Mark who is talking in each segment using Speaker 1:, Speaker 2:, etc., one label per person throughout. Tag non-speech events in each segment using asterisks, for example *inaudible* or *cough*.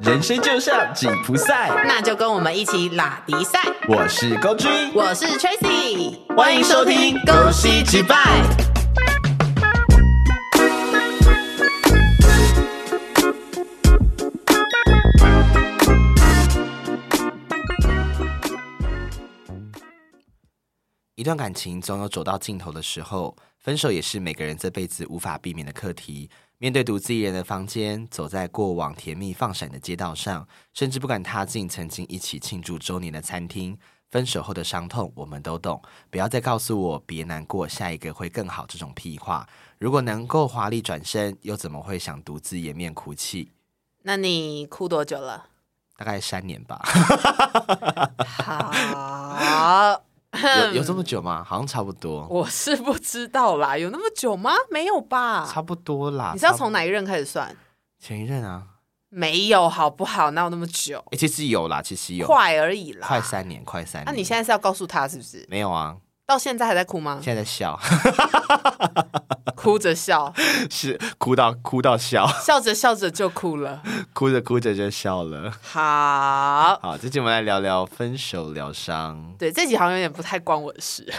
Speaker 1: 人生就像紧箍赛，
Speaker 2: 那就跟我们一起拉迪赛。
Speaker 1: 我是高君，
Speaker 2: 我是 Tracy，
Speaker 1: 欢迎收听
Speaker 2: 《
Speaker 1: 恭喜击败》。一段感情总有走到尽头的时候，分手也是每个人这辈子无法避免的课题。面对独自一人的房间，走在过往甜蜜放闪的街道上，甚至不敢踏进曾经一起庆祝周年的餐厅。分手后的伤痛，我们都懂。不要再告诉我别难过，下一个会更好这种屁话。如果能够华丽转身，又怎么会想独自掩面哭泣？
Speaker 2: 那你哭多久了？
Speaker 1: 大概三年吧，
Speaker 2: 好，
Speaker 1: 有有这么久吗？好像差不多，
Speaker 2: 我是不知道啦，有那么久吗？没有吧？
Speaker 1: 差不多啦。
Speaker 2: 你是要
Speaker 1: 差不
Speaker 2: 从哪一任开始算？
Speaker 1: 前一任啊？
Speaker 2: 没有，好不好？哪有那么久？
Speaker 1: 哎、其实有啦，其实有，
Speaker 2: 快而已啦。
Speaker 1: 快三年，快三年。
Speaker 2: 那你现在是要告诉他是不是？
Speaker 1: 没有啊？
Speaker 2: 到现在还在哭吗？
Speaker 1: 现在在笑， *laughs*
Speaker 2: 哭着 *laughs* 笑，
Speaker 1: 是哭到哭到笑， *laughs*
Speaker 2: 笑着笑着就哭了。
Speaker 1: 哭着哭着就笑了。
Speaker 2: 好，
Speaker 1: 好，这期我们来聊聊分手疗伤。
Speaker 2: 对，这集好像有点不太关我的事。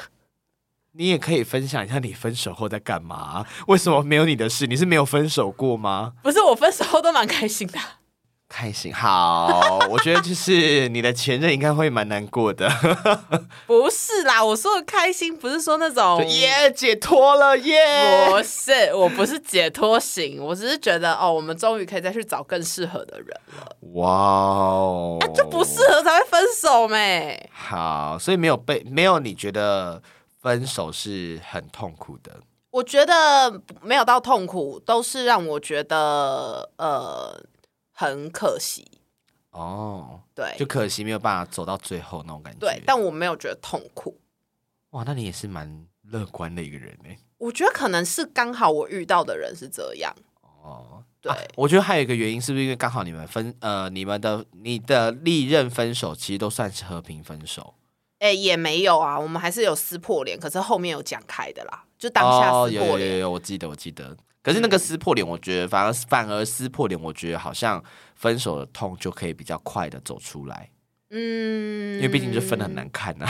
Speaker 1: 你也可以分享一下你分手后在干嘛？为什么没有你的事？你是没有分手过吗？
Speaker 2: 不是我分手后都蛮开心的，
Speaker 1: 开心好，我觉得就是你的前任应该会蛮难过的，
Speaker 2: 不是啦，我说的开心不是说那种
Speaker 1: 就耶解脱了耶。
Speaker 2: 不是， *laughs* 我不是解脱型，我只是觉得哦，我们终于可以再去找更适合的人，
Speaker 1: 哇哦，
Speaker 2: 就啊不适合才会分手没。
Speaker 1: 好，所以没有被没有你觉得分手是很痛苦的，
Speaker 2: 我觉得没有到痛苦，都是让我觉得呃很可惜，
Speaker 1: 哦，就
Speaker 2: 对
Speaker 1: 可惜没有办法走到最后那种感觉。
Speaker 2: 对，但我没有觉得痛苦。
Speaker 1: 哇，那你也是蛮乐观的一个人哎。
Speaker 2: 我觉得可能是刚好我遇到的人是这样，
Speaker 1: 哦，
Speaker 2: 对
Speaker 1: 啊我觉得还有一个原因，是不是因为刚好你们分呃，你们的你的历任分手其实都算是和平分手，
Speaker 2: 哎、也没有啊，我们还是有撕破脸，可是后面有讲开的啦，就当下
Speaker 1: 哦，
Speaker 2: 撕
Speaker 1: 有
Speaker 2: 破
Speaker 1: 有
Speaker 2: 脸。嗯
Speaker 1: 有有，我记得我记得。可是那个撕破脸，我觉得反而反而撕破脸，我觉得好像分手的痛就可以比较快的走出来，
Speaker 2: 嗯，
Speaker 1: 因为毕竟这分的很难看啊。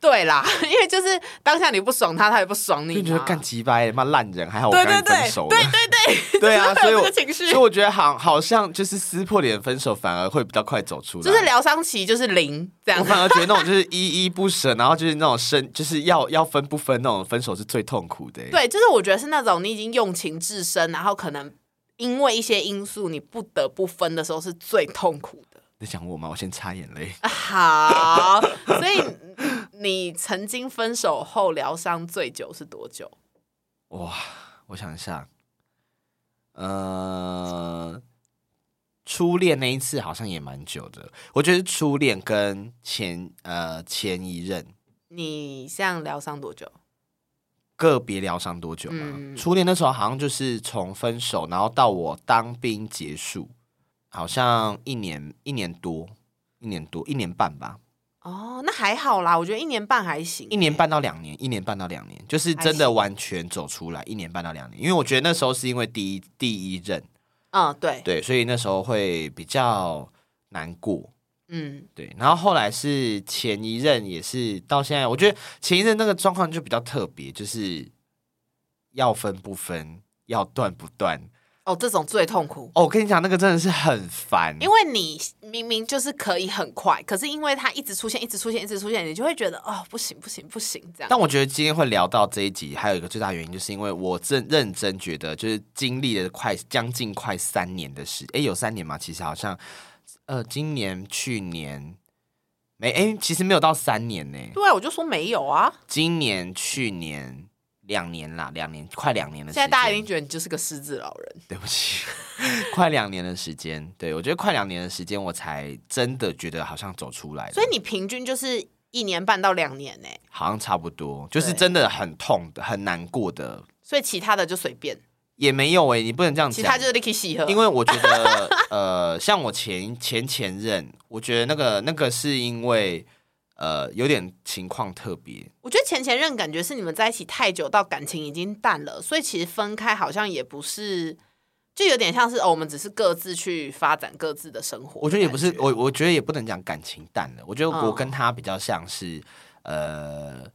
Speaker 2: 对啦， *laughs* 因为就是当下你不爽他，他也不爽
Speaker 1: *laughs*
Speaker 2: 你
Speaker 1: 就觉得
Speaker 2: 嘛。
Speaker 1: 干鸡掰，妈烂人，还好我
Speaker 2: 对
Speaker 1: 跟
Speaker 2: 对
Speaker 1: 你分
Speaker 2: 对
Speaker 1: 手了。
Speaker 2: 对对 *laughs* 对，
Speaker 1: 对啊，
Speaker 2: 就是
Speaker 1: 所
Speaker 2: 会
Speaker 1: 以
Speaker 2: 有
Speaker 1: 我
Speaker 2: 这个情绪
Speaker 1: 所以，我觉得好好像就是撕破脸分手，反而会比较快走出来。
Speaker 2: 就是疗伤期就是零这样
Speaker 1: 我。反而觉得那种就是依依不舍，然后就是那种生，就是要要分不分那种分手是最痛苦的、，欸
Speaker 2: 对，就是我觉得是那种你已经用情至深，然后可能因为一些因素你不得不分的时候是最痛苦的。
Speaker 1: 你在想我吗？我先擦眼泪。
Speaker 2: *laughs* 好，所以你曾经分手后疗伤最久是多久？
Speaker 1: 哇，我想一下，呃，初恋那一次好像也蛮久的。我觉得初恋跟前呃前一任
Speaker 2: 你这样疗伤多久？
Speaker 1: 个别疗伤多久吗？
Speaker 2: 嗯
Speaker 1: 初恋那时候好像就是从分手，然后到我当兵结束，好像一年一年多，一年多一年半吧，
Speaker 2: 哦，那还好啦，我觉得一年半还行、
Speaker 1: 一年半到两年，一年半到两年，就是真的完全走出来，一年半到两年。因为我觉得那时候是因为第一第一任，
Speaker 2: 嗯，对，
Speaker 1: 对，所以那时候会比较难过。
Speaker 2: 嗯，
Speaker 1: 对，然后后来是前一任，也是到现在，我觉得前一任那个状况就比较特别，就是要分不分，要断不断。
Speaker 2: 哦，这种最痛苦。
Speaker 1: 哦，我跟你讲，那个真的是很烦，
Speaker 2: 因为你明明就是可以很快，可是因为它一直出现，一直出现，一直出现，你就会觉得哦，不行，不行，不行，这样。
Speaker 1: 但我觉得今天会聊到这一集，还有一个最大原因，就是因为我真认真觉得，就是经历了快将近快三年的时，哎诶，有三年吗？其实好像，呃，今年、去年没，诶，其实没有到三年呢、
Speaker 2: 对啊，我就说没有啊。
Speaker 1: 今年、去年两年啦，两年快两年的时
Speaker 2: 现
Speaker 1: 间。
Speaker 2: 在大家一定觉得你就是个失智老人。
Speaker 1: 对不起， *laughs* 快两年的时间，对我觉得快两年的时间，我才真的觉得好像走出来了。
Speaker 2: 所以你平均就是一年半到两年欸呢、
Speaker 1: 好像差不多，就是
Speaker 2: 对
Speaker 1: 真的很痛的、很难过的，
Speaker 2: 所以其他的就随便，
Speaker 1: 也没有诶，你不能这样
Speaker 2: 其
Speaker 1: 讲。
Speaker 2: 他就是 Licky 喜喝。
Speaker 1: 因为我觉得，呃，像我前前前任，我觉得那个那个是因为，呃，有点情况特别，
Speaker 2: 我觉得前前任感觉是你们在一起太久，到感情已经淡了，所以其实分开好像也不是，就有点像是哦，我们只是各自去发展各自的生活的感觉。
Speaker 1: 我觉得也不是，我我觉得也不能讲感情淡了。我觉得
Speaker 2: 嗯
Speaker 1: 我跟他比较像是，呃，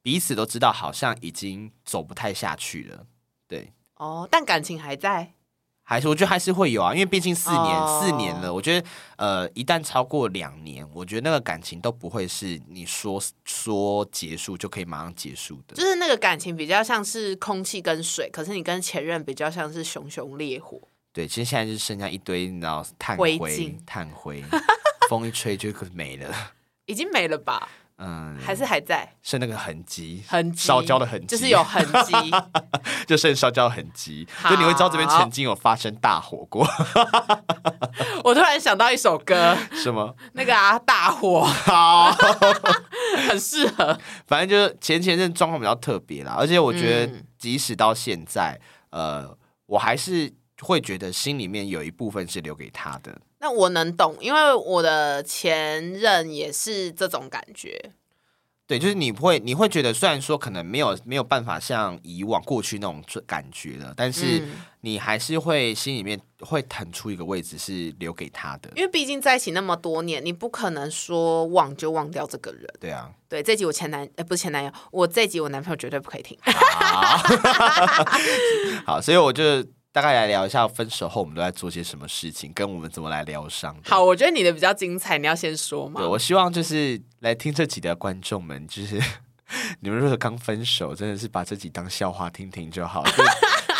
Speaker 1: 彼此都知道好像已经走不太下去了，对。
Speaker 2: 哦，但感情还在。
Speaker 1: 还是我觉得还是会有啊，因为毕竟四年、
Speaker 2: 哦
Speaker 1: 四年了，我觉得呃，一旦超过两年，我觉得那个感情都不会是你说说结束就可以马上结束的。
Speaker 2: 就是那个感情比较像是空气跟水，可是你跟前任比较像是熊熊烈火。
Speaker 1: 对，其实现在就是剩下一堆，你知道炭
Speaker 2: 灰
Speaker 1: 灰
Speaker 2: 烬、
Speaker 1: 炭灰，风一吹就没了。
Speaker 2: 已经没了吧？
Speaker 1: 嗯，
Speaker 2: 还是还在
Speaker 1: 剩那个痕迹，
Speaker 2: 痕迹？
Speaker 1: 烧焦的痕迹，
Speaker 2: 就是有痕
Speaker 1: *laughs*
Speaker 2: 迹。
Speaker 1: 就剩烧焦的痕迹，
Speaker 2: 好
Speaker 1: 就你会知道这边曾经有发生大火过， *laughs*
Speaker 2: 我突然想到一首歌，
Speaker 1: 是吗？
Speaker 2: 那个啊，大火
Speaker 1: 好，
Speaker 2: 很适合。
Speaker 1: 反正就是前前任状况比较特别啦，而且我觉得
Speaker 2: 嗯
Speaker 1: 即使到现在，呃，我还是会觉得心里面有一部分是留给他的。
Speaker 2: 那我能懂，因为我的前任也是这种感觉。
Speaker 1: 对，就是你会你会觉得，虽然说可能没有没有办法像以往过去那种感觉了，但是
Speaker 2: 嗯
Speaker 1: 你还是会心里面会腾出一个位置是留给他的。
Speaker 2: 因为毕竟在一起那么多年，你不可能说忘就忘掉这个人。
Speaker 1: 对啊，
Speaker 2: 对，这集我前男呃不是前男友，我这集我男朋友绝对不可
Speaker 1: *laughs*
Speaker 2: 以听。
Speaker 1: 好，好，所以我就大概来聊一下分手后我们都在做些什么事情，跟我们怎么来疗伤的。
Speaker 2: 好，我啊觉得你的比较精彩，你要先说
Speaker 1: 对，
Speaker 2: 嘛。
Speaker 1: 我希望就是来听这集的观众们，就是 *laughs* 你们如果刚分手，真的是把这集当笑话听听就好，就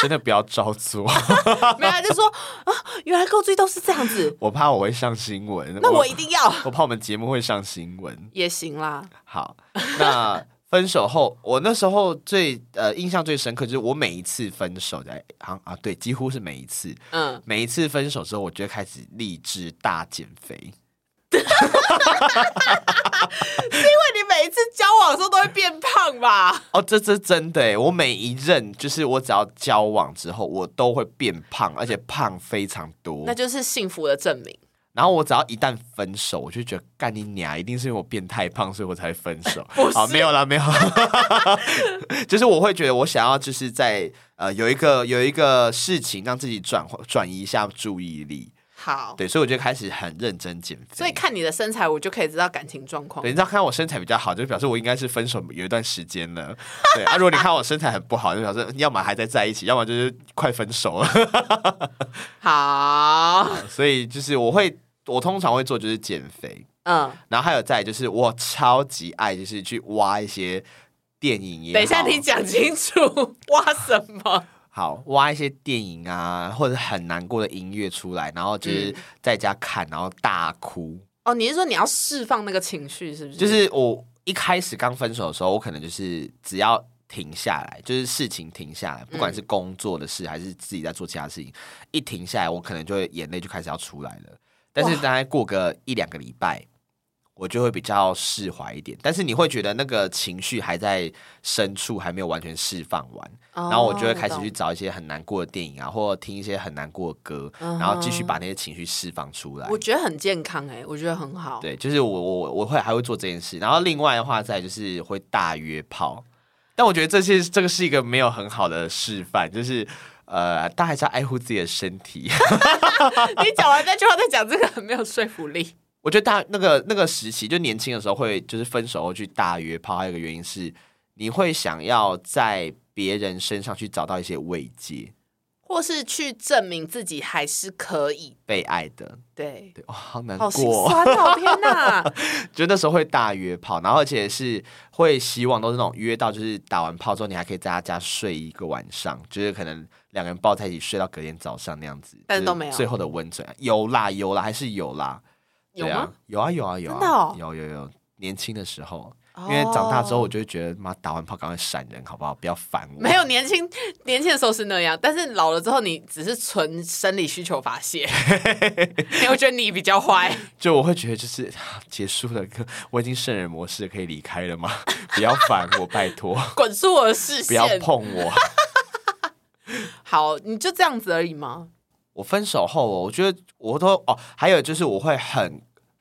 Speaker 1: 真的不要照做， *laughs*
Speaker 2: 没有啊，就说啊，原来购追都是这样 *laughs* 子，
Speaker 1: 我怕我会上新闻。
Speaker 2: 那我
Speaker 1: 我
Speaker 2: 一定要
Speaker 1: 我怕我们节目会上新闻。
Speaker 2: *laughs* 也行啦。
Speaker 1: 好， *laughs* 那分手后，我那时候最呃印象最深刻就是我每一次分手的，啊啊对，几乎是每一次，
Speaker 2: 嗯，
Speaker 1: 每一次分手之后，我就会开始励志大减肥。
Speaker 2: 那你每一次交往的时候都会变胖吧？
Speaker 1: 哦，这这真的耶！我每一任就是我只要交往之后，我都会变胖，而且胖非常多
Speaker 2: 那。就是幸福的证明。
Speaker 1: 然后我只要一旦分手，我就觉得干你娘，一定是因为我变太胖，所以我才分手。
Speaker 2: *laughs* 不是
Speaker 1: 好，没有啦，没有。 *laughs* 就是我会觉得我想要就是在呃有一个有一个事情让自己转换转移一下注意力，
Speaker 2: 好，
Speaker 1: 对，所以我就开始很认真减肥。
Speaker 2: 所以看你的身材，我就可以知道感情状况
Speaker 1: 对，。你知道看到我身材比较好，就表示我应该是分手有一段时间了。对
Speaker 2: *laughs*
Speaker 1: 啊，如果你看我身材很不好，就表示嗯要么还在在一起，要么就是快分手了。 *laughs*
Speaker 2: 好，
Speaker 1: 所以就是我会，我通常会做就是减肥，
Speaker 2: 嗯，
Speaker 1: 然后还有再来就是我超级爱就是去挖一些电影也好，
Speaker 2: 等一下你讲清楚挖什 *laughs* 么？
Speaker 1: 好挖一些电影啊，或者很难过的音乐出来，然后
Speaker 2: 嗯
Speaker 1: 就是在家看，然后大哭。
Speaker 2: 哦，你是说你要释放那个情绪，是不是？
Speaker 1: 就是我一开始刚分手的时候，我可能就是只要停下来，就是事情停下来，不管
Speaker 2: 嗯
Speaker 1: 是工作的事还是自己在做其他事情，一停下来，我可能就会眼泪就开始要出来了。但是
Speaker 2: 哇
Speaker 1: 大概过个一两个礼拜，我就会比较释怀一点。但是你会觉得那个情绪还在深处，还没有完全释放完，
Speaker 2: 哦，
Speaker 1: 然后我就会开始
Speaker 2: 懂
Speaker 1: 去找一些很难过的电影啊，或者听一些很难过的歌，然后继续把那些情绪释放出来
Speaker 2: 嗯我。觉得很健康哎、我觉得很好。
Speaker 1: 对，就是我我我会还会做这件事，然后另外的话，再就是会大约炮，但我觉得这些这个是一个没有很好的示范，就是呃，大家还是要爱护自己的身体。 *laughs*
Speaker 2: 你讲完那句话再讲这个很没有说服 *laughs* 力。
Speaker 1: 我觉得大那个那个时期，就年轻的时候会就是分手后去大约炮，还有一个原因是你会想要在别人身上去找到一些慰藉，
Speaker 2: 或是去证明自己还是可以，
Speaker 1: 被爱的，
Speaker 2: 对，
Speaker 1: 对，哇、好难
Speaker 2: 好心
Speaker 1: 过啊哦。
Speaker 2: 酸哦，
Speaker 1: *laughs*
Speaker 2: 天哪！
Speaker 1: 就那时候会大约炮，然后而且是会希望都是那种约到，就是打完炮之后你还可以在他家睡一个晚上，就是可能两个人抱在一起睡到隔天早上那样子，
Speaker 2: 但是都
Speaker 1: 就
Speaker 2: 没有
Speaker 1: 最后的温存，啊有啦有啦还是有啦，
Speaker 2: 有
Speaker 1: 对
Speaker 2: 吗
Speaker 1: 啊？有啊有啊有啊，
Speaker 2: 真的哦
Speaker 1: 有
Speaker 2: *laughs*
Speaker 1: 有啊有，年轻的时候，因为长大之后我就会觉得妈打完炮赶快闪人好不好？不要烦我，
Speaker 2: 没有年轻年轻的时候是那样，但是老了之后你只是纯生理需求
Speaker 1: *laughs*
Speaker 2: 发泄，你会觉得你比较坏。
Speaker 1: 就我会觉得就是 *laughs* 啊结束了，可我已经圣人模式可以离开了吗？ *laughs* 不要烦我，拜托， *laughs*
Speaker 2: 滚出我的视
Speaker 1: 不要
Speaker 2: 线！
Speaker 1: 碰我。
Speaker 2: 好，你就这样子而已吗？
Speaker 1: 我分手后哦，我觉得我都哦，还有就是我会很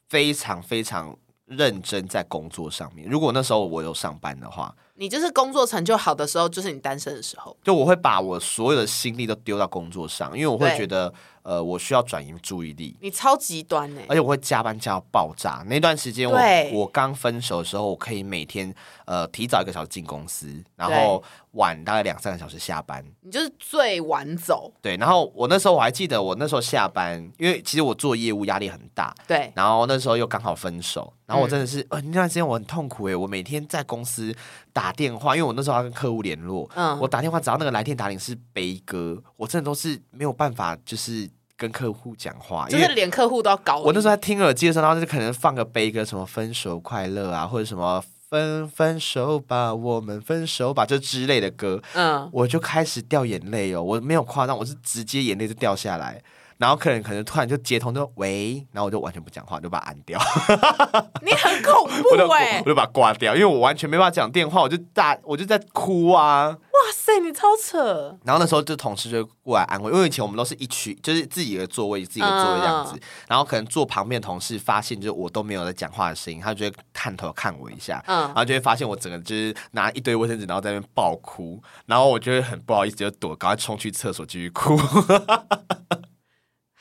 Speaker 1: 非常非常认真在工作上面。如果那时候我有上班的话，
Speaker 2: 你就是工作成就好的时候，就是你单身的时候。
Speaker 1: 就我会把我所有的心力都丢到工作上，因为我会
Speaker 2: 对
Speaker 1: 觉得，呃，我需要转移注意力，
Speaker 2: 你超极端欸呢、
Speaker 1: 而且我会加班加到爆炸。那段时间我
Speaker 2: 对
Speaker 1: 我刚分手的时候，我可以每天呃提早一个小时进公司，然
Speaker 2: 对
Speaker 1: 后晚大概两三个小时下班。
Speaker 2: 你就是最晚走。
Speaker 1: 对，然后我那时候我还记得，我那时候下班，因为其实我做业务压力很大，
Speaker 2: 对，
Speaker 1: 然后那时候又刚好分手，然后我真的是，呃，那段时间我很痛苦诶、欸我每天在公司打电话，因为我那时候要跟客户联络，
Speaker 2: 嗯
Speaker 1: 我打电话只要那个来电打铃是悲歌，我真的都是没有办法，就是跟客户讲话，
Speaker 2: 就
Speaker 1: 因
Speaker 2: 是
Speaker 1: 为
Speaker 2: 连客户都要搞你。
Speaker 1: 我那时候在听耳机的时候，然后就可能放个悲歌，什么分手快乐啊，或者什么分分手吧，我们分手吧，这之类的歌，
Speaker 2: 嗯，
Speaker 1: 我就开始掉眼泪哦，我没有夸张，我是直接眼泪就掉下来。然后客人可能突然就接通，就喂，然后我就完全不讲话，就把它按掉，
Speaker 2: 你很恐
Speaker 1: *laughs* 我就
Speaker 2: 怖哎、
Speaker 1: 我就把它挂掉，因为我完全没办法讲电话，我就大我就在哭啊。
Speaker 2: 哇塞，你超扯。
Speaker 1: 然后那时候就同事就过来安慰，因为以前我们都是一区，就是自己的座位，自己的座位这样子。然后可能坐旁边的同事发现，就是我都没有在讲话的声音，他就会探头看我一下，
Speaker 2: 嗯
Speaker 1: 然后就会发现我整个就是拿一堆卫生纸，然后在那边爆哭，然后我就会很不好意思，就躲，赶快冲去厕所继续哭。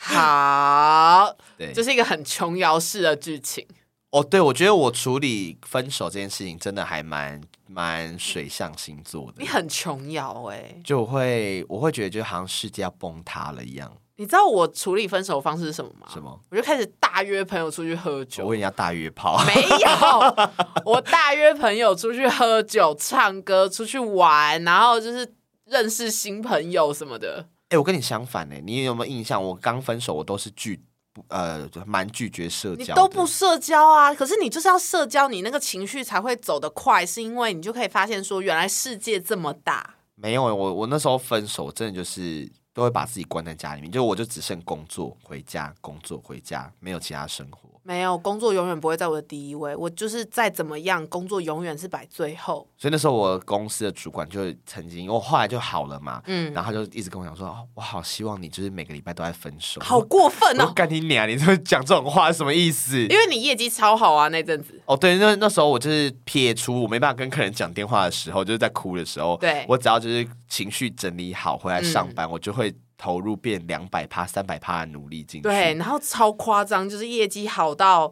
Speaker 2: 好，
Speaker 1: 对，
Speaker 2: 这是一个很琼瑶式的剧情。
Speaker 1: 哦，对，我觉得我处理分手这件事情真的还蛮蛮水象星座的
Speaker 2: 你，很琼瑶哎、
Speaker 1: 就我会我会觉得就好像世界要崩塌了一样，
Speaker 2: 你知道我处理分手的方式是什么吗？
Speaker 1: 什么？
Speaker 2: 我就开始大约朋友出去喝
Speaker 1: 我
Speaker 2: 酒。
Speaker 1: 问人家大约炮，
Speaker 2: 没有， *laughs* 我大约朋友出去喝酒、唱歌、出去玩，然后就是认识新朋友什么的。
Speaker 1: *laughs* 哎、我跟你相反呢、你有没有印象？我刚分手，我都是拒不呃蛮拒绝社
Speaker 2: 你
Speaker 1: 交的，
Speaker 2: 都不社交啊，可是你就是要社交，你那个情绪才会走得快，是因为你就可以发现说，原来世界这么大。
Speaker 1: 没有欸、我我那时候分手，真的就是都会把自己关在家里面，就我就只剩工作回家，工作回家，没有其他生活。
Speaker 2: 没有工作永远不会在我的第一位，我就是再怎么样，工作永远是摆最后。
Speaker 1: 所以那时候我公司的主管就曾经，我后来就好了嘛，
Speaker 2: 嗯，
Speaker 1: 然后他就一直跟我讲说，哦，我好希望你就是每个礼拜都在分手。
Speaker 2: 好
Speaker 1: 我
Speaker 2: 过分
Speaker 1: 我
Speaker 2: 哦，
Speaker 1: 干你娘！你这么讲这种话是什么意思？
Speaker 2: 因为你业绩超好啊，那阵子。
Speaker 1: 哦，对，那那时候我就是撇除我没办法跟客人讲电话的时候，就是在哭的时候，
Speaker 2: 对嗯
Speaker 1: 我只要就是情绪整理好回来上班，我就会投入变两百趴、三百趴的努力进去。
Speaker 2: 对，，然后超夸张，就是业绩好到，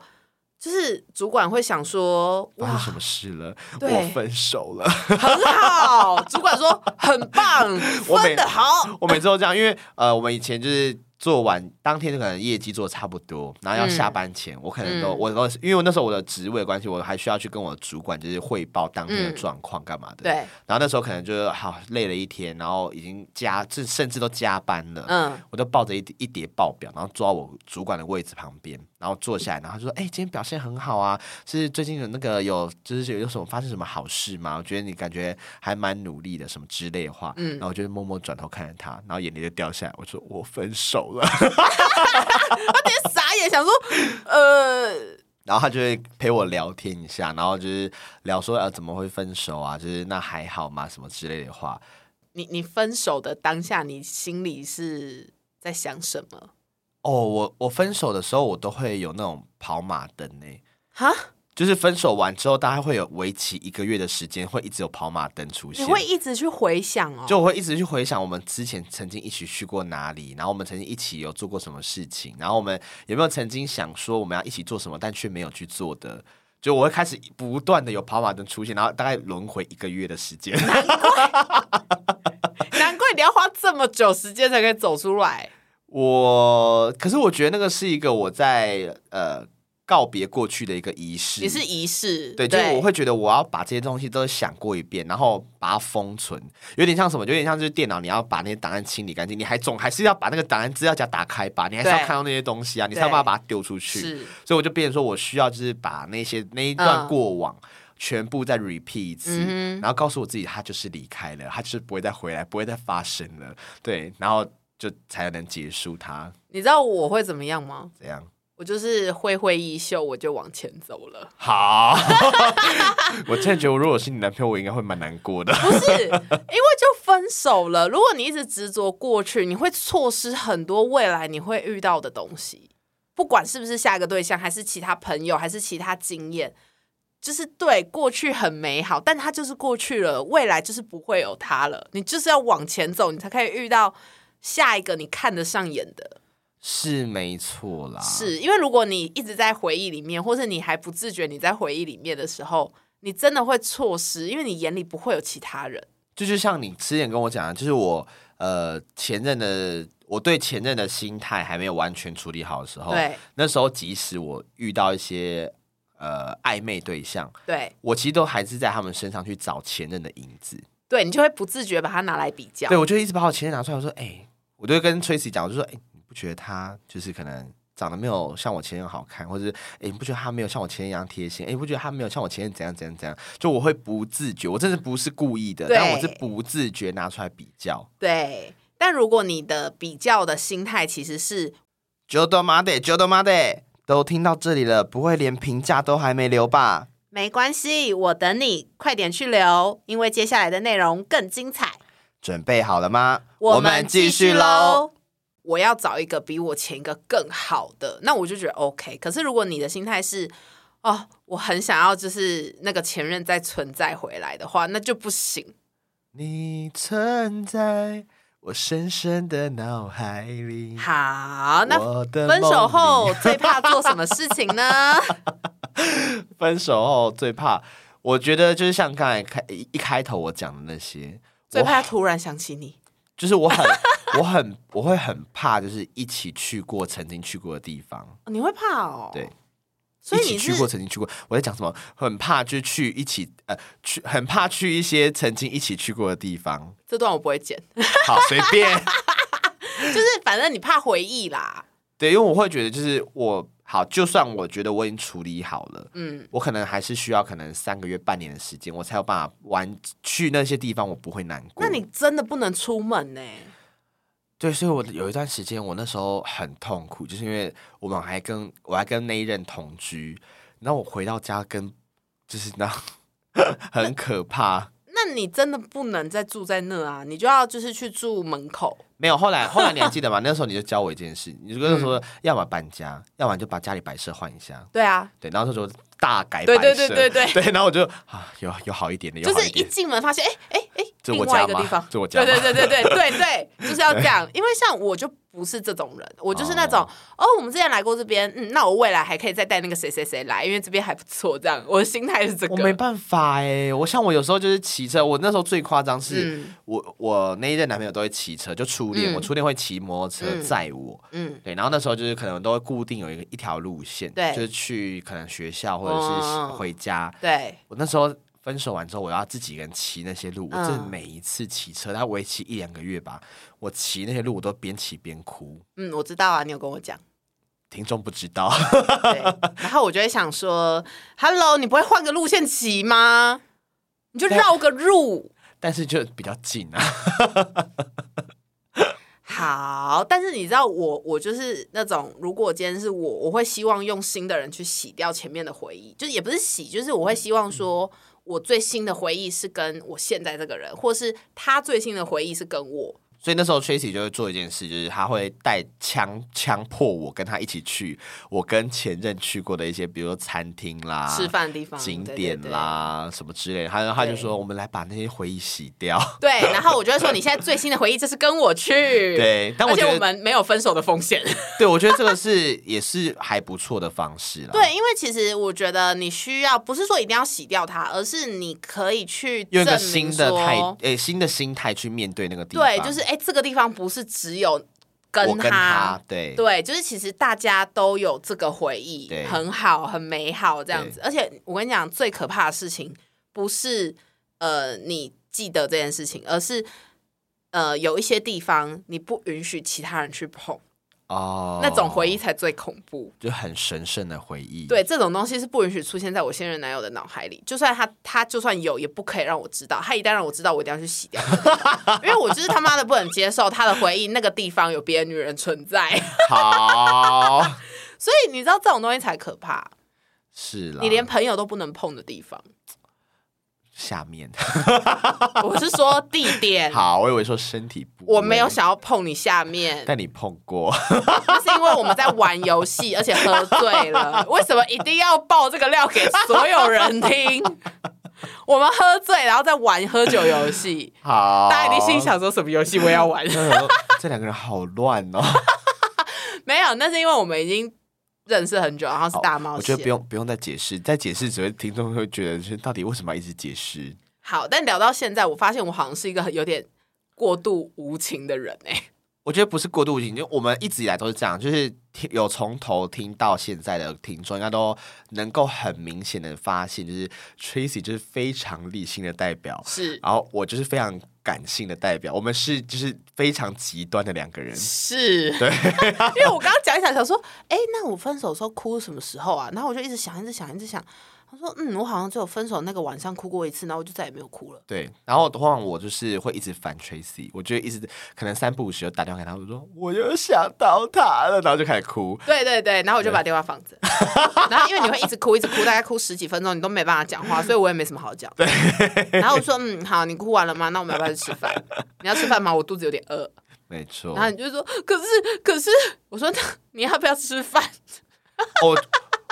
Speaker 2: 就是主管会想说，
Speaker 1: 发
Speaker 2: 哇
Speaker 1: 生，什么事了？
Speaker 2: 对
Speaker 1: 我分手了。
Speaker 2: 很好。 *laughs* 主管说很棒，
Speaker 1: 我每
Speaker 2: 分的好，
Speaker 1: *laughs* 我每次都这样，因为呃，我们以前就是。做完当天就可能业绩做得差不多，然后要
Speaker 2: 嗯
Speaker 1: 下班前，我可能都
Speaker 2: 嗯
Speaker 1: 我都因为我那时候我的职位的关系，我还需要去跟我主管就是汇报当天的
Speaker 2: 嗯
Speaker 1: 状况干嘛的。
Speaker 2: 对，
Speaker 1: 然后那时候可能就是好累了一天，然后已经加甚甚至都加班了，
Speaker 2: 嗯，
Speaker 1: 我就抱着一叠一叠报表，然后坐到我主管的位置旁边，然后坐下来，然后他说：“哎、今天表现很好啊，是最近有那个有就是有有什么发生什么好事吗？我觉得你感觉还蛮努力的，什么之类的话。”
Speaker 2: 嗯
Speaker 1: 然后我就默默转头看着他，然后眼泪就掉下来。我说：“我分手了。 *laughs*
Speaker 2: 傻眼，想说，呃，”
Speaker 1: 然后他就会陪我聊天一下，然后就是聊说呃怎么会分手啊，就是那还好吗？什么之类的话。
Speaker 2: 你你分手的当下，你心里是在想什么？
Speaker 1: 哦，我我分手的时候，我都会有那种跑马灯欸呢、
Speaker 2: 哈，
Speaker 1: 就是分手完之后，大概会有为期一个月的时间，会一直有跑马灯出
Speaker 2: 你
Speaker 1: 现。
Speaker 2: 会一直去回想哦。
Speaker 1: 就我会一直去回想我们之前曾经一起去过哪里，然后我们曾经一起有做过什么事情，然后我们有没有曾经想说我们要一起做什么，但却没有去做的。就我会开始不断的有跑马灯出现，然后大概轮回一个月的时
Speaker 2: *laughs*
Speaker 1: 间。
Speaker 2: 难怪你要花这么久时间才可以走出来。
Speaker 1: 我可是我觉得那个是一个我在呃告别过去的一个仪式。
Speaker 2: 你是仪式，
Speaker 1: 对，就是我会觉得我要把这些东西都想过一遍，然后把它封存，有点像什么？有点像就是电脑，你要把那些档案清理干净，你还总还是要把那个档案资料夹打开吧，你还是要
Speaker 2: 对
Speaker 1: 看到那些东西啊，你才
Speaker 2: 对
Speaker 1: 有办法把它丢出去。
Speaker 2: 是嗯
Speaker 1: 所以我就变成说我需要就是把那些那一段过往。全部再 repeat 一次，
Speaker 2: 嗯哼
Speaker 1: 然后告诉我自己，他就是离开了，他就是不会再回来，不会再发生了，对，然后就才能结束它，
Speaker 2: 你知道我会怎么样吗？
Speaker 1: 这样
Speaker 2: 我就是挥挥衣袖，我就往前走了。
Speaker 1: 好。 *laughs* 我真的觉得，如果我是你男朋友，我应该会蛮难过的。
Speaker 2: 不是，因为就分手了。如果你一直执着过去，你会错失很多未来你会遇到的东西，不管是不是下一个对象，还是其他朋友，还是其他经验，就是对过去很美好，但它就是过去了，未来就是不会有它了。你就是要往前走，你才可以遇到下一个你看得上眼的。
Speaker 1: 是没错啦。
Speaker 2: 是因为如果你一直在回忆里面，或是你还不自觉你在回忆里面的时候，你真的会错失，因为你眼里不会有其他人。
Speaker 1: 就就像你之前跟我讲的，就是我呃前任的，我对前任的心态还没有完全处理好的时候，
Speaker 2: 对
Speaker 1: 那时候即使我遇到一些呃暧昧对象，
Speaker 2: 对
Speaker 1: 我其实都还是在他们身上去找前任的影子。
Speaker 2: 对，你就会不自觉把它拿来比较
Speaker 1: 对，。我就一直把我前任拿出来，我说，哎、我就会跟 Tracy 讲，我就说，哎、你不觉得他就是可能长得没有像我前任好看，或者是，哎、你不觉得他没有像我前任一样贴心？哎、你不觉得他没有像我前任怎样怎样怎样？就我会不自觉，我真的不是故意的，
Speaker 2: 对
Speaker 1: 但我是不自觉拿出来比较。
Speaker 2: 对，但如果你的比较的心态其实是
Speaker 1: Jodo m a d e j o d o m a d e 都听到这里了，不会连评价都还没留吧？
Speaker 2: 没关系，我等你，快点去留，因为接下来的内容更精彩。
Speaker 1: 准备好了吗？。。
Speaker 2: 我要找一个比我前一个更好的，那我就觉得 OK。可是如果你的心态是哦，我很想要就是那个前任再存在回来的话，那就不行。
Speaker 1: 你存在我深深的脑海里。
Speaker 2: 好，那
Speaker 1: 我的
Speaker 2: 分手
Speaker 1: 梦里
Speaker 2: 后最怕做什么事情
Speaker 1: *laughs*
Speaker 2: 呢？
Speaker 1: 分手后最怕，我觉得就是像刚才开一一开头我讲的那些，
Speaker 2: 最
Speaker 1: 我
Speaker 2: 怕突然想起你。
Speaker 1: 就是我很 *laughs* 我很我会很怕，就是一起去过曾经去过的地方，
Speaker 2: 哦你会怕哦？
Speaker 1: 对，
Speaker 2: 所以
Speaker 1: 一起
Speaker 2: 你
Speaker 1: 去
Speaker 2: 是
Speaker 1: 过曾经去过。我在讲什么？很怕就去一起呃去，很怕去一些曾经一起去过的地方。 *laughs*
Speaker 2: 这段我不会剪，
Speaker 1: 好，随便。 *laughs*
Speaker 2: 就是反正你怕回忆啦。
Speaker 1: 对，因为我会觉得就是我好，就算我觉得我已经处理好了。
Speaker 2: 嗯，
Speaker 1: 我可能还是需要可能三个月、半年的时间，我才有办法玩去那些地方，我不会难过。
Speaker 2: 那你真的不能出门呢、
Speaker 1: 对，所以我有一段时间，我那时候很痛苦，就是因为我们还跟我还跟那一任同居，然后我回到家跟就是那很可怕。
Speaker 2: 那你真的不能再住在那啊，你就要就是去住门口。
Speaker 1: 没有，后来后来你还记得吗？那时候你就教我一件事，你就跟我
Speaker 2: 嗯
Speaker 1: 说，要么搬家，要么就把家里摆设换一下。
Speaker 2: 对啊，
Speaker 1: 对，然后那时候大改摆
Speaker 2: 对
Speaker 1: 设，
Speaker 2: 对对
Speaker 1: *laughs*
Speaker 2: 对
Speaker 1: 对，然后我就啊，有有好一点的，有
Speaker 2: 就
Speaker 1: 好
Speaker 2: 是
Speaker 1: 一
Speaker 2: 一
Speaker 1: 点。
Speaker 2: 进门发现，哎哎哎，
Speaker 1: 这
Speaker 2: 另
Speaker 1: 我
Speaker 2: 外
Speaker 1: 家
Speaker 2: 一个
Speaker 1: 吗
Speaker 2: 地方，
Speaker 1: 这我家
Speaker 2: 对
Speaker 1: 吗
Speaker 2: 对对对对 *laughs* 对对，就是要这样。因为像我就不是这种人，我就是那种
Speaker 1: 哦
Speaker 2: 哦我们之前来过这边，嗯，那我未来还可以再带那个谁谁谁来，因为这边还不错，这样我 *laughs* 的心态是这
Speaker 1: 我没
Speaker 2: 个。
Speaker 1: 办法哎、我像我有时候就是骑车，我那时候最夸张是、
Speaker 2: 嗯
Speaker 1: 我我那一任男朋友都会骑车，就初恋，
Speaker 2: 嗯
Speaker 1: 我初恋会骑摩托车
Speaker 2: 嗯
Speaker 1: 载我，
Speaker 2: 嗯，
Speaker 1: 对，然后那时候就是可能都会固定有一个一条路线，
Speaker 2: 对
Speaker 1: 就是去可能学校或者是
Speaker 2: 哦
Speaker 1: 回家。
Speaker 2: 对，
Speaker 1: 我那时候分手完之后，我要自己一个人骑那些路，我真的
Speaker 2: 嗯
Speaker 1: 每一次骑车，他为期一两个月吧，我骑那些路我都边骑边哭。
Speaker 2: 嗯，我知道啊，你有跟我 *laughs* 讲。
Speaker 1: 听众不知道， *laughs*
Speaker 2: 对，然后我就会想说，Hello，你不会换个路线骑吗？你就绕个路。
Speaker 1: 但是就比较近啊。 *laughs*
Speaker 2: 好，但是你知道我，我就是那种，如果今天是我，我会希望用新的人去洗掉前面的回忆，就是也不是洗，就是我会希望说，
Speaker 1: 嗯
Speaker 2: 我最新的回忆是跟我现在这个人，或是他最新的回忆是跟我。
Speaker 1: 所以那时候 Tracy 就会做一件事，就是他会带强强迫我跟他一起去我跟前任去过的一些，比如说餐厅啦、
Speaker 2: 吃饭的地方、
Speaker 1: 啊景
Speaker 2: 对
Speaker 1: 点，啦什么之类的。他他就说，我们来把那些回忆洗掉。
Speaker 2: 对对对，然后我就会说，你现在最新的回忆就是跟我去，，
Speaker 1: *laughs* 对，但
Speaker 2: 而
Speaker 1: 我
Speaker 2: 且
Speaker 1: 觉
Speaker 2: 我
Speaker 1: 得，
Speaker 2: 们没有分手的
Speaker 1: *laughs*
Speaker 2: 风险。
Speaker 1: 对我觉得这个是也是还不错的方式啦。，
Speaker 2: 对，因为其实我觉得你需要，不是说一定要洗掉它，而是你可以去
Speaker 1: 用一个
Speaker 2: 证明
Speaker 1: 新的态
Speaker 2: 说，
Speaker 1: 诶、新的心态去面对那个地方。
Speaker 2: 对，就是哎、这个地方不是只有跟
Speaker 1: 我跟他，对
Speaker 2: 对，就是其实大家都有这个回忆
Speaker 1: 对，
Speaker 2: 很好，很美好这样子。而且我跟你讲，最可怕的事情不是呃你记得这件事情，而是呃有一些地方你不允许其他人去碰，
Speaker 1: 哦，
Speaker 2: 那种回忆才最恐怖。
Speaker 1: 就很神圣的回忆。
Speaker 2: 对，这种东西是不允许出现在我现任男友的脑海里。就算他他就算有，也不可以让我知道。他一旦让我知道，我一定要去洗掉， *laughs* 因为我就是他妈的不能接受他的回忆那个地方有别的女人存在。 *laughs*
Speaker 1: 好，
Speaker 2: 所以你知道这种东西才可怕，
Speaker 1: 是啦，
Speaker 2: 你连朋友都不能碰的地方。
Speaker 1: 下面。
Speaker 2: 我是说地点，
Speaker 1: 好，我以为说身体部位
Speaker 2: 我没有，想要碰你下面，
Speaker 1: 但你碰过，
Speaker 2: 那是因为我们在玩游戏，而且喝醉了。为什么一定要爆这个料给所有人听？ *laughs* 我们喝醉，然后再玩喝酒游戏，
Speaker 1: 好，
Speaker 2: *laughs* 大家一定心想说什么游戏我也要
Speaker 1: *laughs*
Speaker 2: 玩？
Speaker 1: 嗯，这两个人好乱哦。
Speaker 2: 没有，那是因为我们已经认识很久，然后是大冒
Speaker 1: 我
Speaker 2: 险
Speaker 1: 觉得。不用不用再解释，再解释只会听众会觉得是到底为什么要一直解释？
Speaker 2: 好，但聊到现在，我发现我好像是一个有点过度无情的人哎、
Speaker 1: 我觉得不是过度紧，就我们一直以来都是这样，就是听有从头听到现在的听众，应该都能够很明显的发现，就是 Tracy 就是非常理性的代表，
Speaker 2: 是
Speaker 1: 然后我就是非常感性的代表，我们是就是非常极端的两个人。
Speaker 2: 是，对， *laughs* 因为我刚刚讲一讲，想说，哎、那我分手的时候哭是什么时候啊？然后我就一直想，一直想，一直想。他说，嗯，我好像只有分手那个晚上哭过一次，然后我就再也没有哭了。
Speaker 1: 对，然后的话，我就是会一直烦 Tracy，我就一直可能三不五时就打电话给他，我就说我又想到他了，然后就开始哭。
Speaker 2: 对对对，然后我就把电话放 *laughs* 着，然后因为你会一直哭，一直哭，大概哭十几分钟，你都没办法讲话，所以我也没什么好讲。对，然后我说，嗯，好，你哭完了吗？那我们要不要去吃饭？你要吃饭吗？我肚子有点饿。
Speaker 1: 没错，
Speaker 2: 然后你就说，可是可是，我说那你要不要吃饭？
Speaker 1: *laughs* 我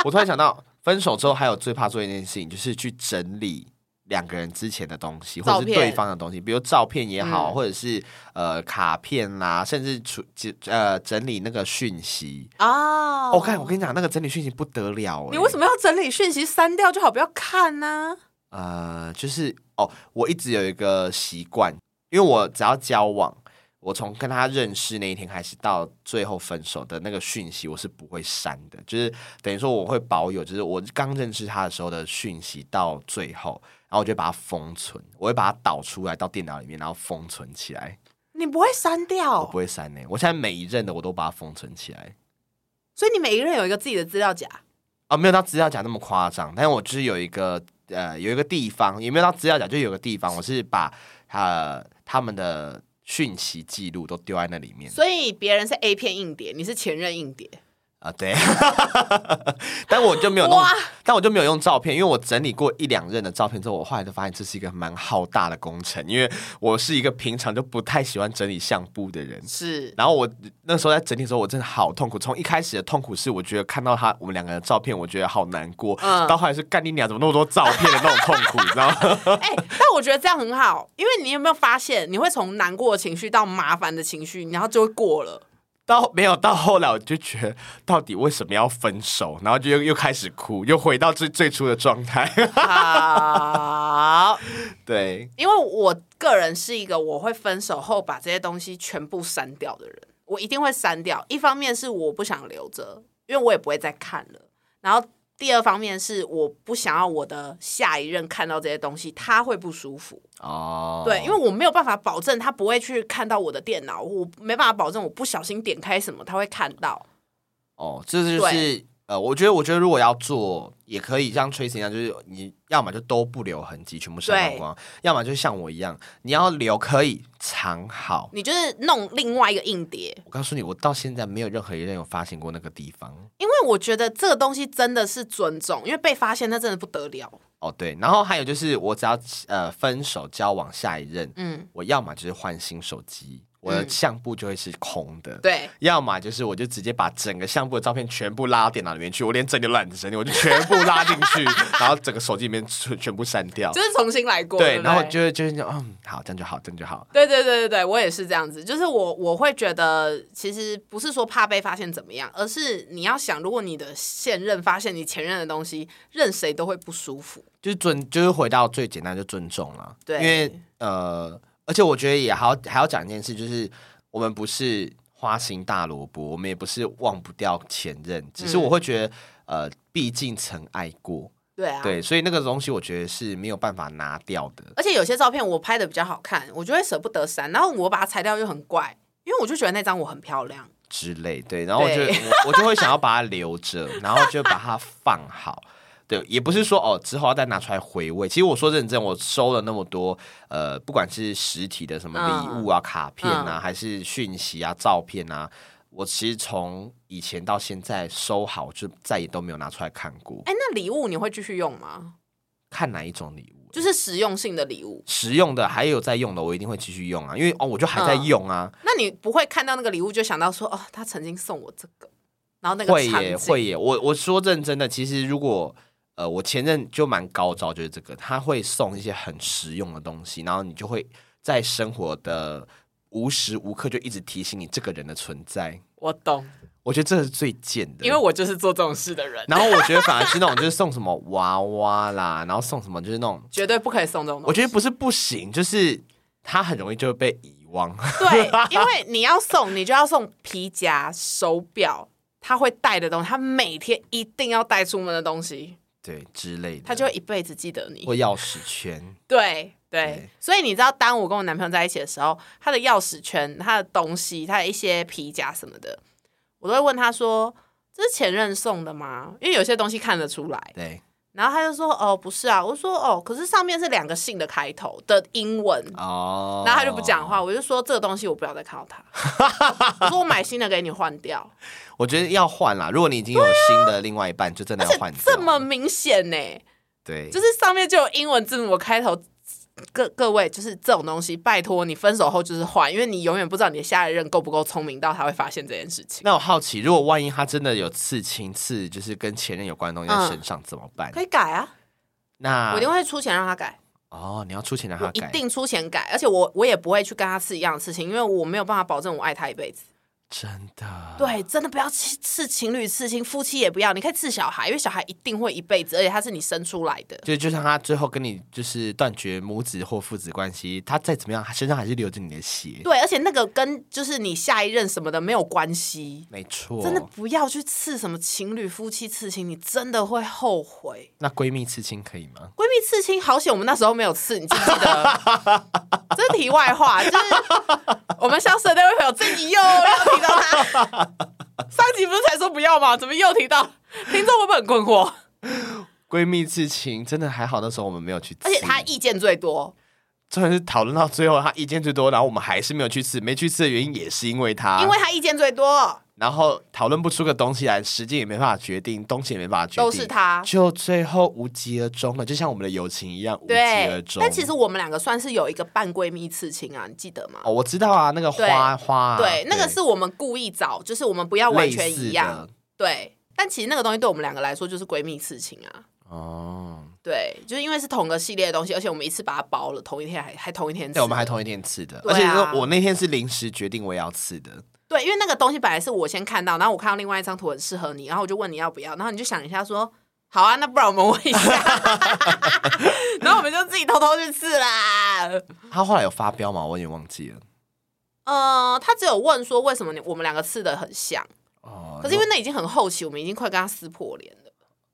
Speaker 1: 我突然想到，分手之后还有最怕做一件事情，就是去整理两个人之前的东西，或
Speaker 2: 照
Speaker 1: 者是
Speaker 2: 片嗯
Speaker 1: 对方的东西，比如照片也好，或者是呃卡片啦，甚至处呃整理那个讯息。
Speaker 2: 啊
Speaker 1: 我哦看、我跟你讲，那个整理讯息不得了、欸，
Speaker 2: 你为什么要整理讯息删掉就好，不要看啊呢、
Speaker 1: 呃，就是哦，我一直有一个习惯，因为我只要交往，我从跟他认识那一天开始到最后分手的那个讯息，我是不会删的，就是等于说我会保有，就是我刚认识他的时候的讯息到最后，然后我就把它封存，我会把它导出来到电脑里面，然后封存起来，
Speaker 2: 你不会删掉
Speaker 1: 我哦不，会删呢、欸我现在每一任的我都把它封存起来。
Speaker 2: 所以你每一个人有一个自己的资料夹。
Speaker 1: 啊，没有到资料夹那么夸张，但是我就是有一个呃，有一个地方，也没有到资料夹，就有个地方，我是把呃他们的讯息记录都丢在那里面
Speaker 2: 所以别人是 A 片硬碟，你是前任硬碟。
Speaker 1: 啊、对， *laughs* 但我就没有弄
Speaker 2: 哇，
Speaker 1: 但我就没有用照片，因为我整理过一两任的照片之后，我后来就发现这是一个蛮浩大的工程，因为我是一个平常就不太喜欢整理相簿的人，
Speaker 2: 是，
Speaker 1: 然后我那时候在整理的时候，我真的好痛苦。从一开始的痛苦是，我觉得看到他我们两个人的照片，我觉得好难过；
Speaker 2: 嗯
Speaker 1: 到后来是干你娘怎么那么多照片的那种痛苦，你知道吗？
Speaker 2: *laughs* 哎、但我觉得这样很好，因为你有没有发现，你会从难过的情绪到麻烦的情绪，然后就会过了。
Speaker 1: *laughs* 到没有到后来，我就觉得到底为什么要分手，然后就又又开始哭，又回到最最初的状态。 *laughs*
Speaker 2: 好，
Speaker 1: 对，
Speaker 2: *laughs* 因为我个人是一个我会分手后把这些东西全部删掉的人，我一定会删掉。一方面是我不想留着，因为我也不会再看了。然后第二方面是我不想要我的下一任看到这些东西，他会不舒服。
Speaker 1: 哦
Speaker 2: 对，因为我没有办法保证他不会去看到我的电脑，我没办法保证我不小心点开什么他会看到。
Speaker 1: 哦，这就是呃，我觉得，我觉得如果要做，也可以像 Tracy 一样，就是你要么就都不留痕迹，全部删光
Speaker 2: 对
Speaker 1: 光；要么就像我一样，你要留可以藏好。
Speaker 2: 你就是弄另外一个硬碟，
Speaker 1: 我告诉你，我到现在没有任何一任有发现过那个地方。
Speaker 2: 因为我觉得这个东西真的是尊重，因为被发现那真的不得了。
Speaker 1: 哦，对，然后还有就是，我只要呃分手交往下一任，
Speaker 2: 嗯，
Speaker 1: 我要么就是换新手机，我的相簿就会是空的。。
Speaker 2: 对。
Speaker 1: 要么就是我就直接把整个相簿的照片全部拉到电脑里面去，我连整理都懒得整理，我就全部拉进去， *laughs* 然后整个手机里面全全部删掉。
Speaker 2: 就是重新来过，
Speaker 1: 对，
Speaker 2: 不
Speaker 1: 然后就会就是那种嗯，好，这样就好，这样就好。
Speaker 2: 对对对对对，我也是这样子。就是我我会觉得，其实不是说怕被发现怎么样，而是你要想，如果你的现任发现你前任的东西，任谁都会不舒服。
Speaker 1: 就是尊，就是回到最简单，就尊重了。
Speaker 2: 对
Speaker 1: 因为呃，而且我觉得也还要还要讲一件事，就是我们不是花心大萝卜，我们也不是忘不掉前任，只是我会觉得、呃，毕竟曾爱过，
Speaker 2: 对啊，
Speaker 1: 对，所以那个东西我觉得是没有办法拿掉的。
Speaker 2: 而且有些照片我拍的比较好看，我就会舍不得删，然后我把它裁掉又很怪，因为我就觉得那张我很漂亮。
Speaker 1: 之类，对，然后我就
Speaker 2: 对
Speaker 1: 我我就会想要把它留着，然后就把它放好。对，也不是说哦，之后要再拿出来回味。其实我说认真，我收了那么多，呃，不管是实体的什么礼物啊、
Speaker 2: 嗯
Speaker 1: 卡片啊，还是讯息啊、照片啊，我其实从以前到现在收
Speaker 2: 哎
Speaker 1: 好，就再也都没有拿出来看过。
Speaker 2: 哎，那礼物你会继续用吗？
Speaker 1: 看哪一种礼物、
Speaker 2: 就是实用性的礼物。
Speaker 1: 实用的还有在用的，我一定会继续用啊，因为哦，我就还在
Speaker 2: 嗯
Speaker 1: 用啊，
Speaker 2: 那你不会看到那个礼物就想到说，哦，他曾经送我这个，然后那个
Speaker 1: 会
Speaker 2: 场
Speaker 1: 耶
Speaker 2: 景
Speaker 1: 会耶，我我说认真的，其实如果呃我前任就蛮高招，就是这个，他会送一些很实用的东西，然后你就会在生活的无时无刻就一直提醒你这个人的存在，
Speaker 2: 我懂，
Speaker 1: 我觉得这是最贱的，
Speaker 2: 因为我就是做这种事的人，
Speaker 1: 然后我觉得反而是那种就是送什么娃娃啦，然后送什么就是那种，
Speaker 2: 绝对不可以送这种东西。
Speaker 1: 我觉得不是不行，就是他很容易就会被遗忘。 *laughs*
Speaker 2: 对，因为你要送，你就要送皮夹、手表，他会带的东西，他每天一定要带出门的东西，
Speaker 1: 对之类的，
Speaker 2: 他就会一辈子记得你。
Speaker 1: 或钥匙圈，
Speaker 2: 对对
Speaker 1: 对，
Speaker 2: 所以你知道，当我跟我男朋友在一起的时候，他的钥匙圈、他的东西、他的一些皮夹什么的，我都会问他说：“这是前任送的吗？”因为有些东西看得出来。
Speaker 1: 对
Speaker 2: 然后他就说：“哦，不是啊。”我说：“哦，可是上面是两个姓的开头的英文。”
Speaker 1: 哦。
Speaker 2: 然后他就不讲，话，我就说这个东西我不要再看到它。 *laughs* 我说我买新的给你换掉，
Speaker 1: 我觉得要换啦。如果你已经有新的另外一半，就真的
Speaker 2: 啊而
Speaker 1: 要
Speaker 2: 且
Speaker 1: 换掉。
Speaker 2: 这么明显呢、
Speaker 1: 对，
Speaker 2: 就是上面就有英文字母开头。各各位，就是这种东西，拜托你分手后就是换，因为你永远不知道你的下一任够不够聪明到他会发现这件事情。
Speaker 1: 那我好奇，如果万一他真的有刺青刺，就是跟前任有关的东西在身上、怎么办
Speaker 2: 可？以改啊，
Speaker 1: 那
Speaker 2: 我一定会出钱让他改，
Speaker 1: 哦，你要出钱让
Speaker 2: 我
Speaker 1: 他
Speaker 2: 一
Speaker 1: 改，
Speaker 2: 定出钱改，而且我我也不会去跟他刺一样的事情，因为我没有办法保证我爱他一辈子。
Speaker 1: 真的
Speaker 2: 对，真的不要刺刺情侣、刺青，夫妻也不要，你可以刺小孩，因为小孩一定会一辈子，而且他是你生出来的。
Speaker 1: 就就像他最后跟你就是断绝母子或父子关系，他再怎么样，他身上还是流着你的血。
Speaker 2: 对，而且那个跟就是你下一任什么的没有关系，
Speaker 1: 没错，
Speaker 2: 真的不要去刺什么情侣、夫妻刺青，你真的会后悔。
Speaker 1: 那闺蜜刺青可以吗？
Speaker 2: 闺蜜刺青好险，我们那时候没有刺，你记不记得？ *laughs* 这是题外话，就是我们消失的那位朋友自己又又提到他，上集不是才说不要吗？怎么又提到？听众会不会很困惑？
Speaker 1: 闺蜜刺青真的还好，那时候我们没有去刺，
Speaker 2: 而且他意见最多，
Speaker 1: 重点是讨论到最后，他意见最多，然后我们还是没有去刺，没去刺的原因也是因为他，
Speaker 2: 因为他意见最多，
Speaker 1: 然后讨论不出个东西来，时间也没办法决定，东西也没办法决定，
Speaker 2: 都是，他。
Speaker 1: 就最后无疾而终了，就像我们的友情一样无疾而
Speaker 2: 对，
Speaker 1: 终。
Speaker 2: 但其实我们两个算是有一个半闺蜜刺青啊，你记得吗？
Speaker 1: 哦，我知道啊，那个花花啊、
Speaker 2: 对，那个是我们故意找，就是我们不要完全
Speaker 1: 类似
Speaker 2: 一
Speaker 1: 的
Speaker 2: 样。对，但其实那个东西对我们两个来说就是闺蜜刺青啊。
Speaker 1: 哦。
Speaker 2: 对，就是因为是同个系列的东西，而且我们一次把它包了，同一天还还同一天刺
Speaker 1: 对，我们还同一天吃的，
Speaker 2: 对
Speaker 1: 而
Speaker 2: 啊
Speaker 1: 且是我那天是临时决定我也要吃的，
Speaker 2: 对，因为那个东西本来是我先看到，然后我看到另外一张图很适合你，然后我就问你要不要，然后你就想一下说，好啊，那不然我们问一下， *laughs* 然后我们就自己偷偷去刺啦。
Speaker 1: 他后来有发飙吗？我有点忘记了。
Speaker 2: 呃，他只有问说为什么你我们两个刺的很像，
Speaker 1: 哦，
Speaker 2: 可是因为那已经很后期，我们已经快跟他撕破脸了。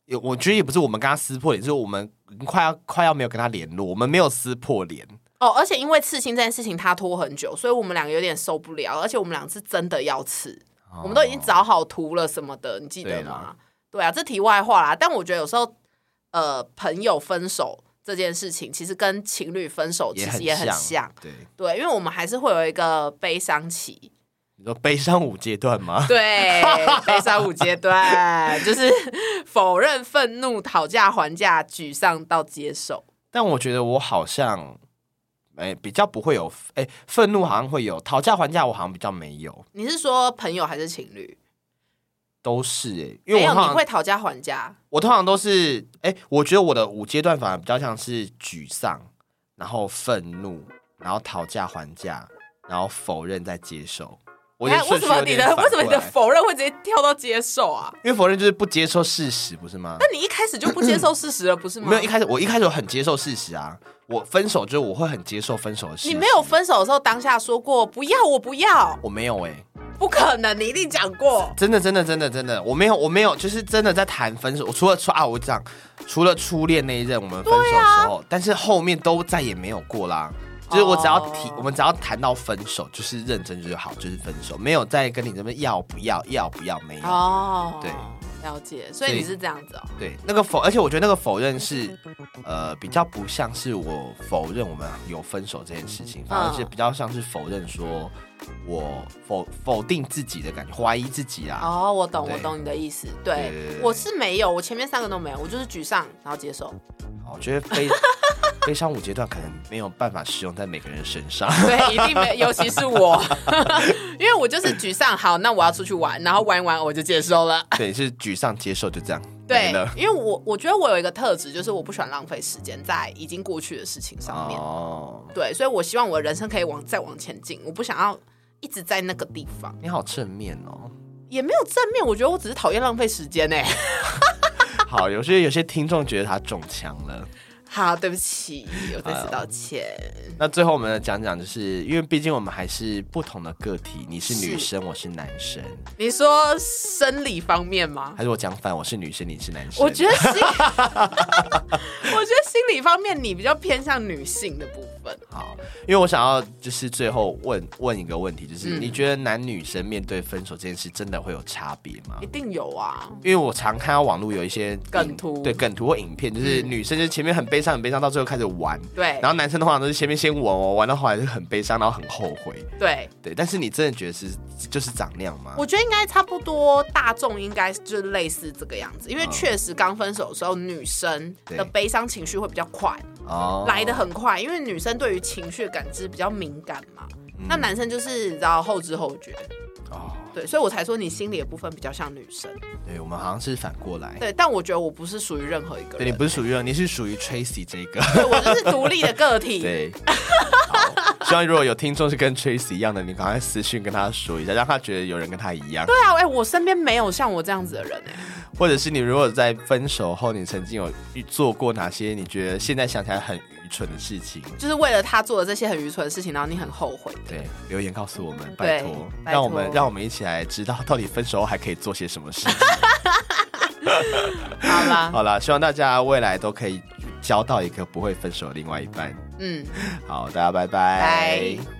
Speaker 1: 有，我觉得也不是我们跟他撕破脸，就是我们快要快要没有跟他联络，我们没有撕破脸。
Speaker 2: 哦，而且因为刺青这件事情他拖很久，所以我们两个有点受不了，而且我们两个是真的要刺，
Speaker 1: 哦
Speaker 2: 我们都已经找好图了什么的，你记得
Speaker 1: 对
Speaker 2: 吗
Speaker 1: 啦？
Speaker 2: 对啊，这题外话啦。但我觉得有时候，呃，朋友分手这件事情，其实跟情侣分手其
Speaker 1: 也
Speaker 2: 实
Speaker 1: 很
Speaker 2: 也很像，
Speaker 1: 对，
Speaker 2: 对，因为我们还是会有一个悲伤期，
Speaker 1: 你说悲伤五阶段吗？ *laughs*
Speaker 2: 对，悲伤五阶段就是否认、愤怒、讨价还价、沮丧到接受。
Speaker 1: 但我觉得我好像，哎、比较不会有，哎、愤怒好像会有，讨价还价我好像比较没有，
Speaker 2: 你是说朋友还是情侣？
Speaker 1: 都是哎、因
Speaker 2: 没
Speaker 1: 为
Speaker 2: 有，
Speaker 1: 我
Speaker 2: 你
Speaker 1: 好
Speaker 2: 会
Speaker 1: 像
Speaker 2: 讨价还价。
Speaker 1: 我通常都是，哎、我觉得我的五阶段反而比较像是沮丧，然后愤怒，然后讨价还价，然后否认再接受。我
Speaker 2: 哎
Speaker 1: 的
Speaker 2: 为
Speaker 1: 顺
Speaker 2: 什
Speaker 1: 序
Speaker 2: 么
Speaker 1: 有
Speaker 2: 你
Speaker 1: 点
Speaker 2: 的
Speaker 1: 反
Speaker 2: 为什么你
Speaker 1: 过
Speaker 2: 的
Speaker 1: 来
Speaker 2: 否认会直接跳到接
Speaker 1: *laughs*
Speaker 2: 受啊？
Speaker 1: 因为否认就是不接受事实，不是吗？
Speaker 2: 那你一开始就不接受事实了，不是吗？
Speaker 1: 没有一开始，我一开始我很接受事实啊。我分手就是我会很接受分手的事实。
Speaker 2: 你没有？分手的时候当下说过不要，我不要，
Speaker 1: 我没有哎、
Speaker 2: 不可能，你一定讲过。
Speaker 1: 真的真的真的真的，我没有我没有，就是真的在谈分手。我除了初啊，我讲除了初恋那一任我们分手的时候，但是后面都再也没有过啦。就是我只要提
Speaker 2: 哦
Speaker 1: 我们只要谈到分手，就是认真就是好，就是分手，没有再跟你这边要不要要不要没有。
Speaker 2: 哦，
Speaker 1: 对，
Speaker 2: 了解。所以你是这样子哦。
Speaker 1: 对，那个否，而且我觉得那个否认是，呃，比较不像是我否认我们有分手这件事情，反
Speaker 2: 嗯
Speaker 1: 而是比较像是否认说我否否定自己的感觉，怀疑自己啊。
Speaker 2: 哦，我懂，
Speaker 1: 对
Speaker 2: 我懂你的意思。
Speaker 1: 对
Speaker 2: 对
Speaker 1: 对对，对
Speaker 2: *laughs* 我是没有，我前面三个都没有，我就是沮丧，然后接受。
Speaker 1: 我觉得非，悲伤五阶段可能没有办法适用在每个人身
Speaker 2: *laughs*
Speaker 1: 上。
Speaker 2: 对，一定没，尤其是我， *laughs* 因为我就是沮丧。好，那我要出去玩，然后玩一玩我就接受了。
Speaker 1: 对，是沮丧接受，就这样
Speaker 2: 对
Speaker 1: 没了，
Speaker 2: 因为我我觉得我有一个特质，就是我不喜欢浪费时间在已经过去的事情上面。
Speaker 1: 哦，
Speaker 2: 对，所以我希望我的人生可以往再往前进，我不想要一直在那个地方，
Speaker 1: 你好正面哦。
Speaker 2: 也没有正面。我觉得我只是讨厌浪费时间呢、欸
Speaker 1: 好，有些有些听众觉得他中枪了。
Speaker 2: *laughs* 好，对不起，我
Speaker 1: 哎
Speaker 2: 再次道歉。
Speaker 1: 那最后我们讲讲，就是因为毕竟我们还是不同的个体，你是女
Speaker 2: 是
Speaker 1: 生，我是男生，
Speaker 2: 你说生理方面吗？
Speaker 1: 还是我讲反，我是女生，你是男生？
Speaker 2: 我觉得心，
Speaker 1: *laughs*
Speaker 2: 我觉得心理方面你比较偏向女性的部分。哦
Speaker 1: 好，因为我想要就是最后问问一个问题，
Speaker 2: 嗯
Speaker 1: 就是、你觉得男女生面对分手这件事真的会有差别吗
Speaker 2: 一？定有啊，
Speaker 1: 因为我常看到网络有一些影
Speaker 2: 梗图嗯
Speaker 1: 对梗图或影片，就是女生就是前面很悲伤很悲伤，到最后开始玩，
Speaker 2: 对
Speaker 1: 然后男生的话都是前面先玩玩玩到后来就很悲伤，然后很后悔，
Speaker 2: 对，
Speaker 1: 对。但是你真的觉得是就是长那样吗？
Speaker 2: 我觉得应该差不多，大众应该就是类似这个样子，因为确实刚分手的时候，女生
Speaker 1: 嗯对
Speaker 2: 的悲伤情绪会比较快，
Speaker 1: 哦
Speaker 2: 来的很快，因为女生对于情绪感知比较敏感嘛。
Speaker 1: 嗯
Speaker 2: 那男生就是你知道后知后觉，
Speaker 1: 哦，
Speaker 2: 对，所以我才说你心理的部分比较像女生，
Speaker 1: 对我们好像是反过来，
Speaker 2: 对，但我觉得我不是属于任何一个
Speaker 1: 对你
Speaker 2: 人，
Speaker 1: 不是属于你是属于 Tracy 这个，
Speaker 2: 对我就是独立的个体，
Speaker 1: *laughs* 对。好希望如果有听众是跟 Tracy 一样的，你赶快私讯跟他说一下，让他觉得有人跟他一样。
Speaker 2: 对啊，哎、我身边没有像我这样子的人哎、
Speaker 1: 或者是你如果在分手后，你曾经有遇做过哪些你觉得现在想起来很愚蠢的事情？
Speaker 2: 就是为了他做的这些很愚蠢的事情，然后你很后悔。
Speaker 1: 对，留言告诉我们，拜
Speaker 2: 对
Speaker 1: 托，
Speaker 2: 拜托
Speaker 1: 让我们让我们一起来知道到底分手后还可以做些什么 *laughs* 事。
Speaker 2: 好啦，
Speaker 1: 好啦，希望大家未来都可以交到一个不会分手的另外一半。
Speaker 2: 嗯。
Speaker 1: 好，大家拜拜。
Speaker 2: 拜